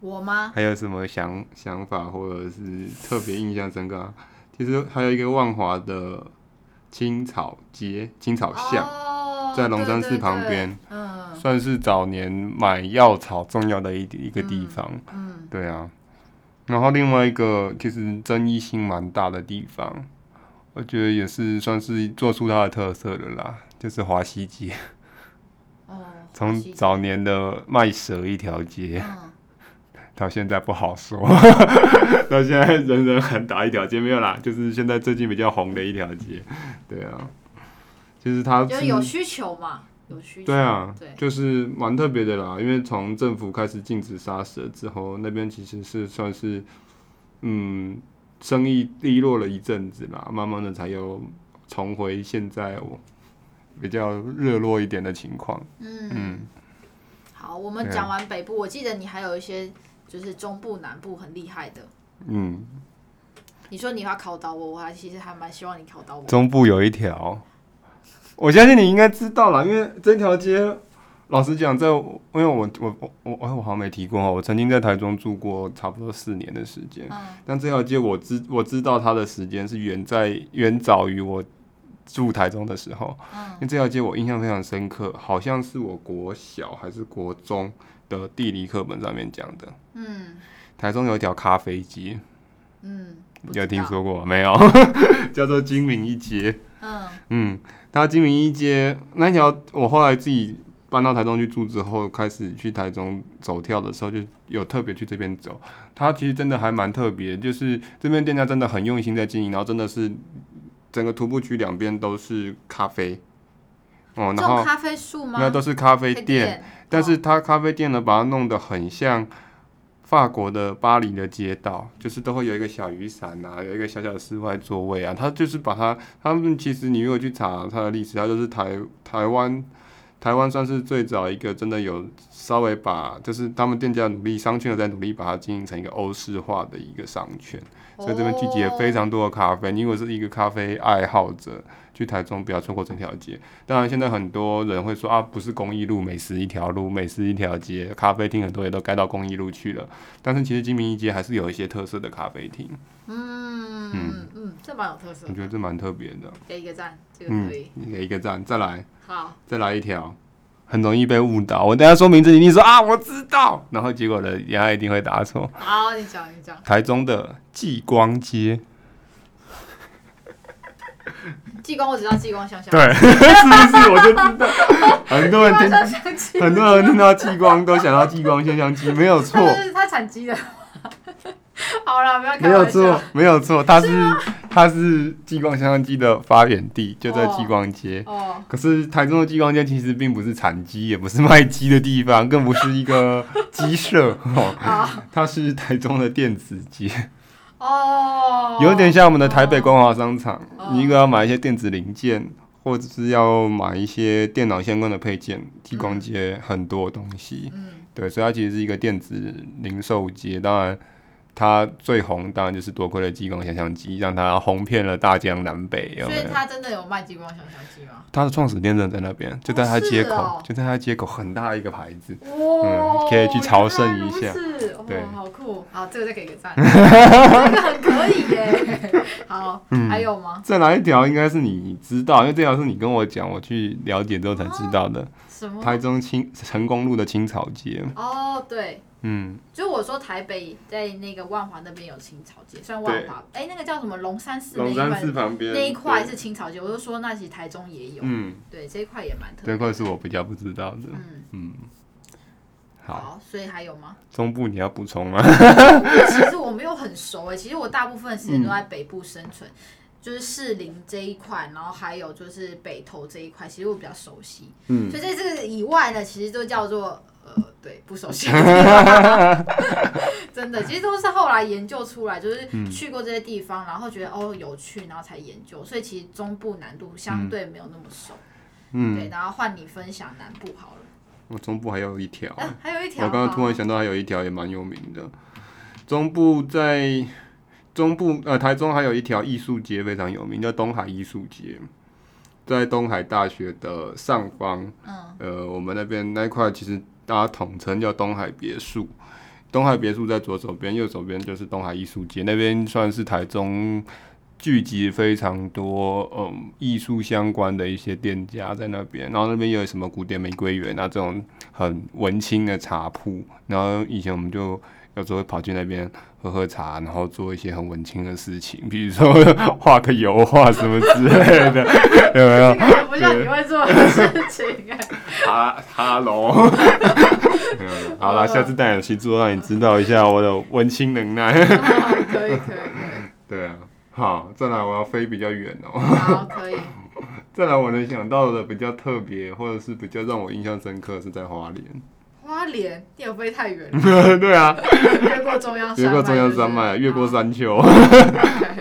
我吗？还有什么想想法，或者是特别印象深刻、啊？其实还有一个万华的青草街、青草巷，哦，在龙山对寺旁，边对，对嗯算是早年买药草重要的一一个地方。嗯，对啊，然后另外一个其实争议性蛮大的地方，我觉得也是算是做出它的特色了啦，就是华西街，哦，从西早年的卖蛇一条街嗯，到现在不好说， 到现在人人喊打一条街没有啦，就是现在最近比较红的一条街，对啊，其实它就是是有需求嘛，有需求，对啊，对就是蛮特别的啦。因为从政府开始禁止杀蛇之后，那边其实是算是嗯生意低落了一阵子啦，慢慢的才有重回现在我比较热络一点的情况。嗯，好，我们对啊讲完北部，我记得你还有一些就是中部、南部很厉害的。嗯，你说你要考倒我，我还其实还蛮希望你考倒我。中部有一条，我相信你应该知道啦，因为这条街。老实讲，在我因为我我我我哎我好像没提过哈，我曾经在台中住过差不多四年的时间，嗯，但这条街我知我知道它的时间是远在远早于我住台中的时候，因为这条街我印象非常深刻，好像是我国小还是国中的地理课本上面讲的。嗯台中有一条咖啡街，嗯，不知有听道？说过吗没有？ 叫做金明一街。嗯嗯，它金明一街那条，我后来自己搬到台中去住之后，开始去台中走跳的时候，就有特别去这边走。它其实真的还蛮特别，就是这边店家真的很用心在经营，然后真的是整个徒步区两边都是咖啡，哦，然种后咖啡树吗？那都是咖啡开店，店，但是它咖啡店呢，把它弄得很像法国的巴黎的街道，就是都会有一个小雨伞啊，有一个小小的室外座位啊。它就是把它，他们其实你如果去查它的历史，它就是台台湾。台湾算是最早一个真的有稍微把，就是他们店家努力，商圈有在努力把它经营成一个欧式化的一个商圈，所以这边聚集了非常多的咖啡。你如果是一个咖啡爱好者，去台中不要错过这条街。当然，现在很多人会说啊，不是公益路，美食一条路，美食一条街，咖啡厅很多也都盖到公益路去了。但是其实金明一街还是有一些特色的咖啡厅，嗯嗯嗯，这蛮有特色我觉得的，这蛮特别的。给一个赞，这个嗯可以。，你给一个赞，再来，好，再来一条。很容易被误导。我等一下说名字，一定说啊，我知道，然后结果呢，人家一定会答错。好，你讲你讲，台中的继光街，激光我只知道激光香香，对，是不是？我就知道， 很多人激光听，香香 机，很多人听到激光都想到激光现象机，没有错。它是它产鸡的。好了，不要 没开有玩错笑。，没有错，它是它是激光相机的发源地，就在哦激光街。哦，可是台中的激光街其实并不是产鸡，也不是卖鸡的地方，更不是一个鸡舍、 哦，啊它是台中的电子街，哦，有点像我们的台北光华商场。哦你如果要买一些电子零件，或者是要买一些电脑相关的配件，激光街很多东西。嗯，对，所以它其实是一个电子零售街。当然，它最红当然就是多亏了激光想象机，让它红遍了大江南北，有所没以有？它真的有卖激光香香机吗？它的创始店真的在那边，就哦在它是街口，哦就在它街口很大一个牌子。哇、嗯可以去朝圣一下原来如此哦对好酷，好，这个再给 个赞，这个很可以耶。好，嗯还有吗？再来一条应该是你知道，因为这条是你跟我讲，我去了解之后才知道的。什么？台中青成功路的青草街，哦，对，嗯，就我说台北在那个万华那边有青草街，算万华，哎，那个叫什么龙山寺那一块旁边那一块是青草街，我就说那其实台中也有，嗯，对，这一块也蛮特别。这块是我比较不知道的。嗯，嗯，好，好，所以还有吗？中部你要补充吗？ 其实我没有很熟哎，其实我大部分时间都在北部生存，就是士林这一块，然后还有就是北投这一块，其实我比较熟悉。嗯所以在这个以外呢，其实都叫做呃，对，不熟 悉。真的，其实都是后来研究出来，就是嗯去过这些地方，然后觉得哦有趣，然后才研究。所以其实中部难度相对没有那么熟。嗯，对，然后换你分享南部好了。我中部还有一条，啊，还有一条我吗，刚刚突然想到还有一条也蛮有名的。中部在中部呃台中还有一条艺术街非常有名，叫东海艺术街，在东海大学的上方。嗯呃，我们那边那一块其实大家统称叫东海别墅。东海别墅在左手边，右手边就是东海艺术街，那边算是台中聚集非常多嗯艺术相关的一些店家在那边，然后那边又有什么古典玫瑰园啊这种很文青的茶铺，然后以前我们就有时候会跑去那边喝喝茶，然后做一些很文青的事情，比如说画个油画什么之类的， 有没有？这个不像你会做的事情哎、哈哈喽，没有没有好啦，下次带氧气做，让你知道一下我的文青能耐。好哦可以可以可对啊，好，再来我要飞比较远哦。以，好可以。再来我能想到的比较特别，或者是比较让我印象深刻是在花莲。花莲，你有飞太远了， 对啊，越过中哦央山脉，越过中央山脉，啊是不是啊越过。山丘。 OK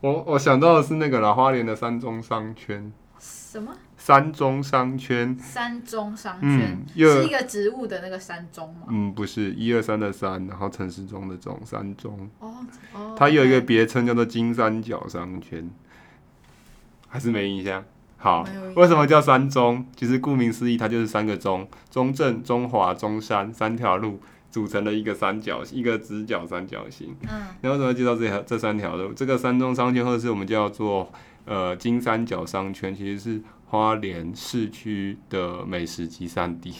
我我想到的是那个啦，花莲的山中商圈，什么山中商圈，山中商圈嗯？，是一又个植物的那个山中吗？嗯不是一二三的山，然后城市中的中山中，哦哦，它有一个 OK 别称叫做金三角商圈，还是没印象。好没有印，象啊为什么叫山中？其实顾名思义，它就是三个中：中正、中华、中山三条路组成的一个三角，一个直角三角形。嗯然后怎么介绍这条这三条路？这个山中商圈，或者是我们叫做呃金三角商圈，其实是花莲市区的美食集散地。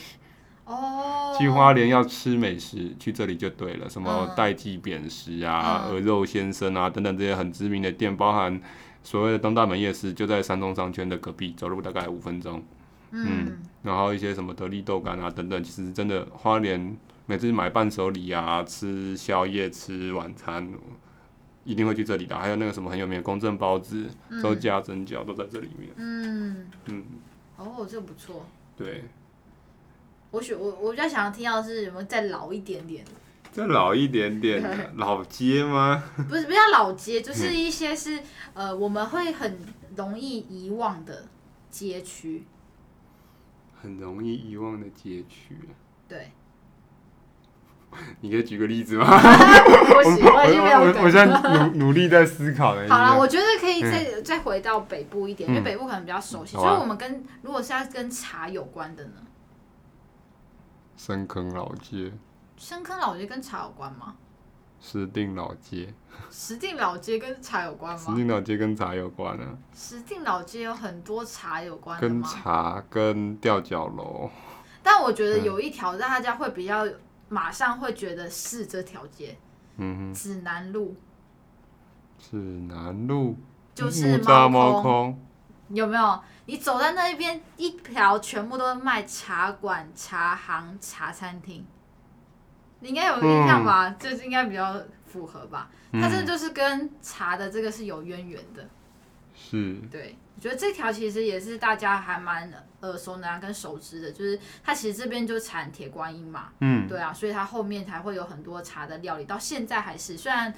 哦，去花莲要吃美食，去这里就对了。什么嗯代记扁食啊、嗯鹅肉先生啊等等这些很知名的店，包含所谓的东大门夜市，就在山中商圈的隔壁，走路大概五分钟。嗯然后一些什么得力豆干啊等等，其实真的花莲每次买伴手礼啊、吃宵夜、吃晚餐，一定会去这里的。还有那个什么很有名的公正包子、嗯 周家蒸饺都在这里面。嗯，嗯，哦，这个不错。对，我选我我比较想要听到的是有没有再老一点点的， 再老一点点的老街吗？不是不要老街，就是一些是呃我们会很容易遗忘的街区，很容易遗忘的街区， 对，你可以举个例子吗？不行，我已经没有我我我梗现了。在努努力在思考了。好现啦，在我觉得可以再再回到北部一点，因为嗯北部可能比较熟悉。好所啊以我们跟如果是要跟茶有关的呢，深坑老街、深坑老街跟茶有关吗？石碇老街，石碇老街跟茶有关石吗？碇老街跟茶有关啊。石碇老街有很多茶有关的跟吗？茶、跟吊脚楼，但我觉得嗯有一条让大家会比较马上会觉得是这条街，嗯指南路哼，指南路，就是木猫栅猫空，有没有？你走在那一边，一条全部都是卖茶馆、茶行、茶餐厅，你应该有印象吧？这应该比较符合吧？它这嗯就是跟茶的这个是有渊源的。是对，我觉得这条其实也是大家还蛮耳熟能详跟熟知的，就是它其实这边就产铁观音嘛，嗯，对啊，所以它后面才会有很多茶的料理，到现在还是虽然。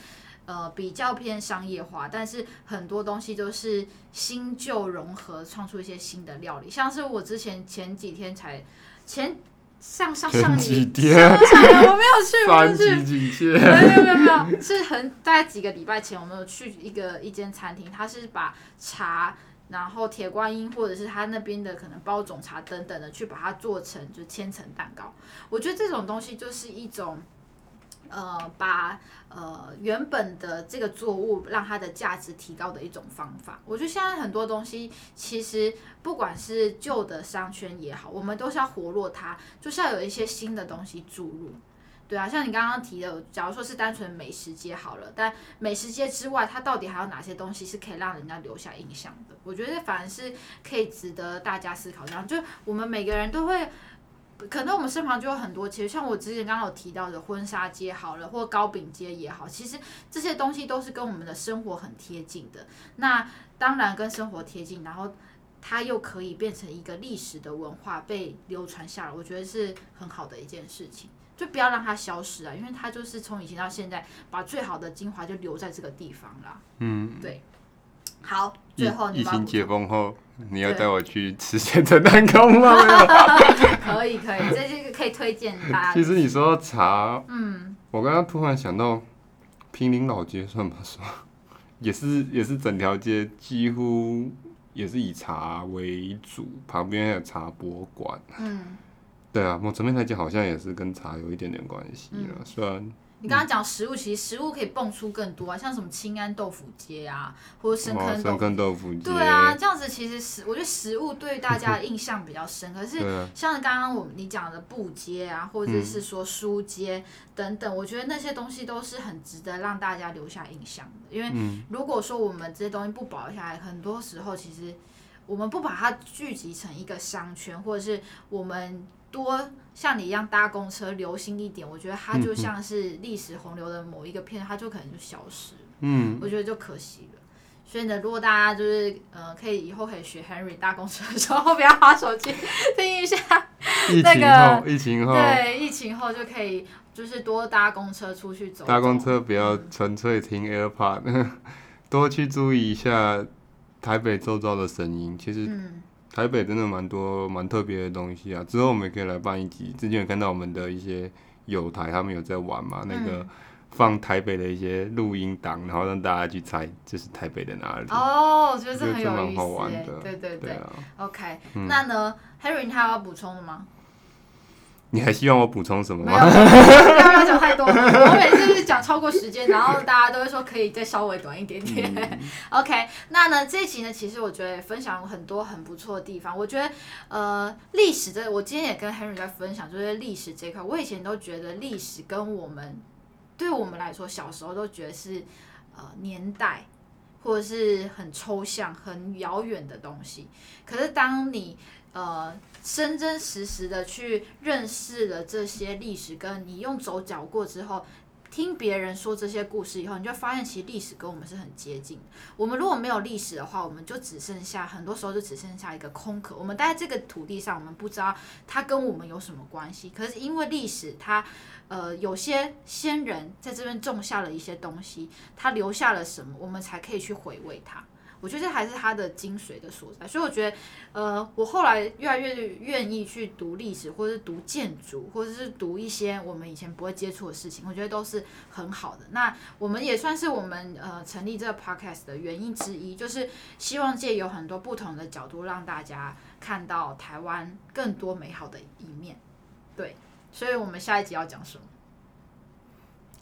呃，比较偏商业化，但是很多东西都是新旧融合，创出一些新的料理。像是我之前前几天才前上上上前 几礼天上上我没有去，我没三有去，级警戒，没有没有没有没有，是很大概几个礼拜前，我们有去一个一间餐厅，它是把茶，然后铁观音或者是它那边的可能包种茶等等的，去把它做成就千层蛋糕。我觉得这种东西就是一种。呃，把呃原本的这个作物让它的价值提高的一种方法，我觉得现在很多东西其实不管是旧的商圈也好，我们都是要活络它，就是要有一些新的东西注入。对啊，像你刚刚提的，假如说是单纯美食街好了，但美食街之外，它到底还有哪些东西是可以让人家留下印象的？我觉得反而是可以值得大家思考。这样，就我们每个人都会，可能我们身旁就有很多，其实像我之前刚刚有提到的婚纱街好了，或糕饼街也好，其实这些东西都是跟我们的生活很贴近的。那当然跟生活贴近，然后。它又可以变成一个历史的文化被流传下来，我觉得是很好的一件事情。就不要让它消失啊，因为它就是从以前到现在，把最好的精华就留在这个地方啦。嗯，好，疫最后你疫把它情补解封后，你要对带我去吃千层蛋 糕吗？没有可以可以， 这是一个可以推荐大家其。实你说到茶，啊嗯，我刚刚突然想到，平林老街算不算？也是也是整条街几乎也是以茶为主，旁边还有茶博馆。嗯，嗯对啊，某层面来讲，好像也是跟茶有一点点关系了。虽然你刚刚讲食物，其实食物可以蹦出更多啊，像什么清安豆腐街啊，或者深哦，坑豆深腐。坑豆腐街，对啊，这样子其实食，我觉得食物对大家的印象比较深。可是对啊，像刚刚我们你讲的布街啊，或者是说书街等等，我觉得那些东西都是很值得让大家留下印象的。因为如果说我们这些东西不保留下来，很多时候其实我们不把它聚集成一个商圈，或者是我们多像你一样搭公车流行一点，我觉得它就像是历史洪流的某一个片，它就可能就消失了。嗯，我觉得就可惜了。所以呢，如果大家就是呃，可以以后可以学 Henry 搭公车的时候，不要划手机，听一下。疫那情个后，疫情后，对，疫情后就可以就是多搭公车出去走走。搭公车不嗯要纯粹听 AirPod，多 去注意一下台北周遭的声音。其实嗯，台北真的蛮多蛮特别的东西啊。之后我们也可以来办一集。之前有看到我们的一些友台，他们有在玩嘛，那嗯个放台北的一些录音档，然后让大家去猜这是台北的哪里。哦，我觉得这我很觉得这有蛮意好思玩耶的对对对对啊， ，OK。那呢，Henry 你还有要补充的吗？你还希望我补充什么没吗有，？不要不要讲太多。我每次就是讲超过时间，然后大家都会说可以再稍微短一点点。OK，那呢这一集呢，其实我觉得分享很多很不错的地方。我觉得呃，历史这我今天也跟 Henry 在分享，就是历史这一块，我以前都觉得历史跟我们对我们来说，小时候都觉得是呃年代。或者是很抽象、很遥远的东西，可是当你呃真真实实的去认识了这些历史，跟你用手脚过之后，听别人说这些故事以后，你就发现其实历史跟我们是很接近的。我们如果没有历史的话，我们就只剩下很多时候就只剩下一个空壳。我们待在这个土地上，我们不知道它跟我们有什么关系。可是因为历史它，呃，有些先人在这边种下了一些东西，它留下了什么，我们才可以去回味它。我觉得这还是它的精髓的所在，所以我觉得呃，我后来越来越愿意去读历史，或者是读建筑，或者是读一些我们以前不会接触的事情，我觉得都是很好的。那我们也算是我们呃成立这个 podcast 的原因之一，就是希望借由很多不同的角度，让大家看到台湾更多美好的一面。对，所以我们下一集要讲什么？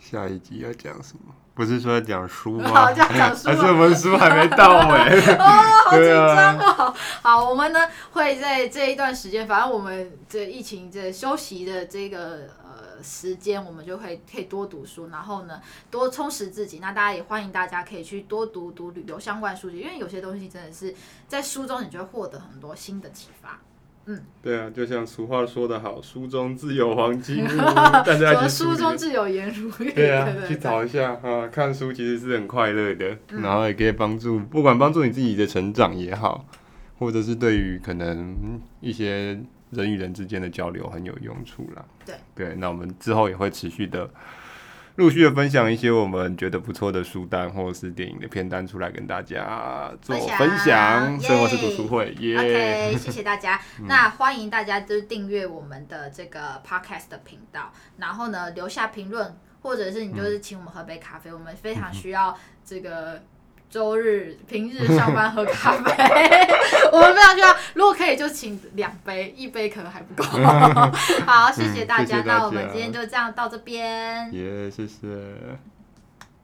下一集要讲什么？不是说要讲书吗好，？就要哦讲书啊 还是了。我们书还没到尾？好紧对啊张哦！ 好，我们呢会在这一段时间，反正我们这疫情这休息的这个呃时间，我们就会可以多读书，然后呢多充实自己。那大家也欢迎大家可以去多读读旅游相关书籍，因为有些东西真的是在书中你就会获得很多新的启发。 对啊，就像俗话说得好，书中自有黄 金屋，大家什一么起书梳中理自有颜如玉，啊 对啊对对，去对找一下啊，看书其实是很快乐的，嗯然后也可以帮助，不管帮助你自己的成长也好，或者是对于可能一些人与人之间的交流很有用处啦。对对，那我们之后也会持续的。陆续的分享一些我们觉得不错的书单或者是电影的片单出来跟大家做分享分享，耶生活是读书会，耶、 OK，谢谢大家。嗯那欢迎大家就是订阅我们的这个 Podcast 的频道，然后呢留下评论，或者是你就是请我们喝杯咖啡，我们非常需要这个。周日、平日上班喝咖 啡，我们非常需要。如果可以，就请两杯，一杯可能还不 够。好，谢谢大嗯谢家。谢大那我们家今天就这样到这边。耶谢谢。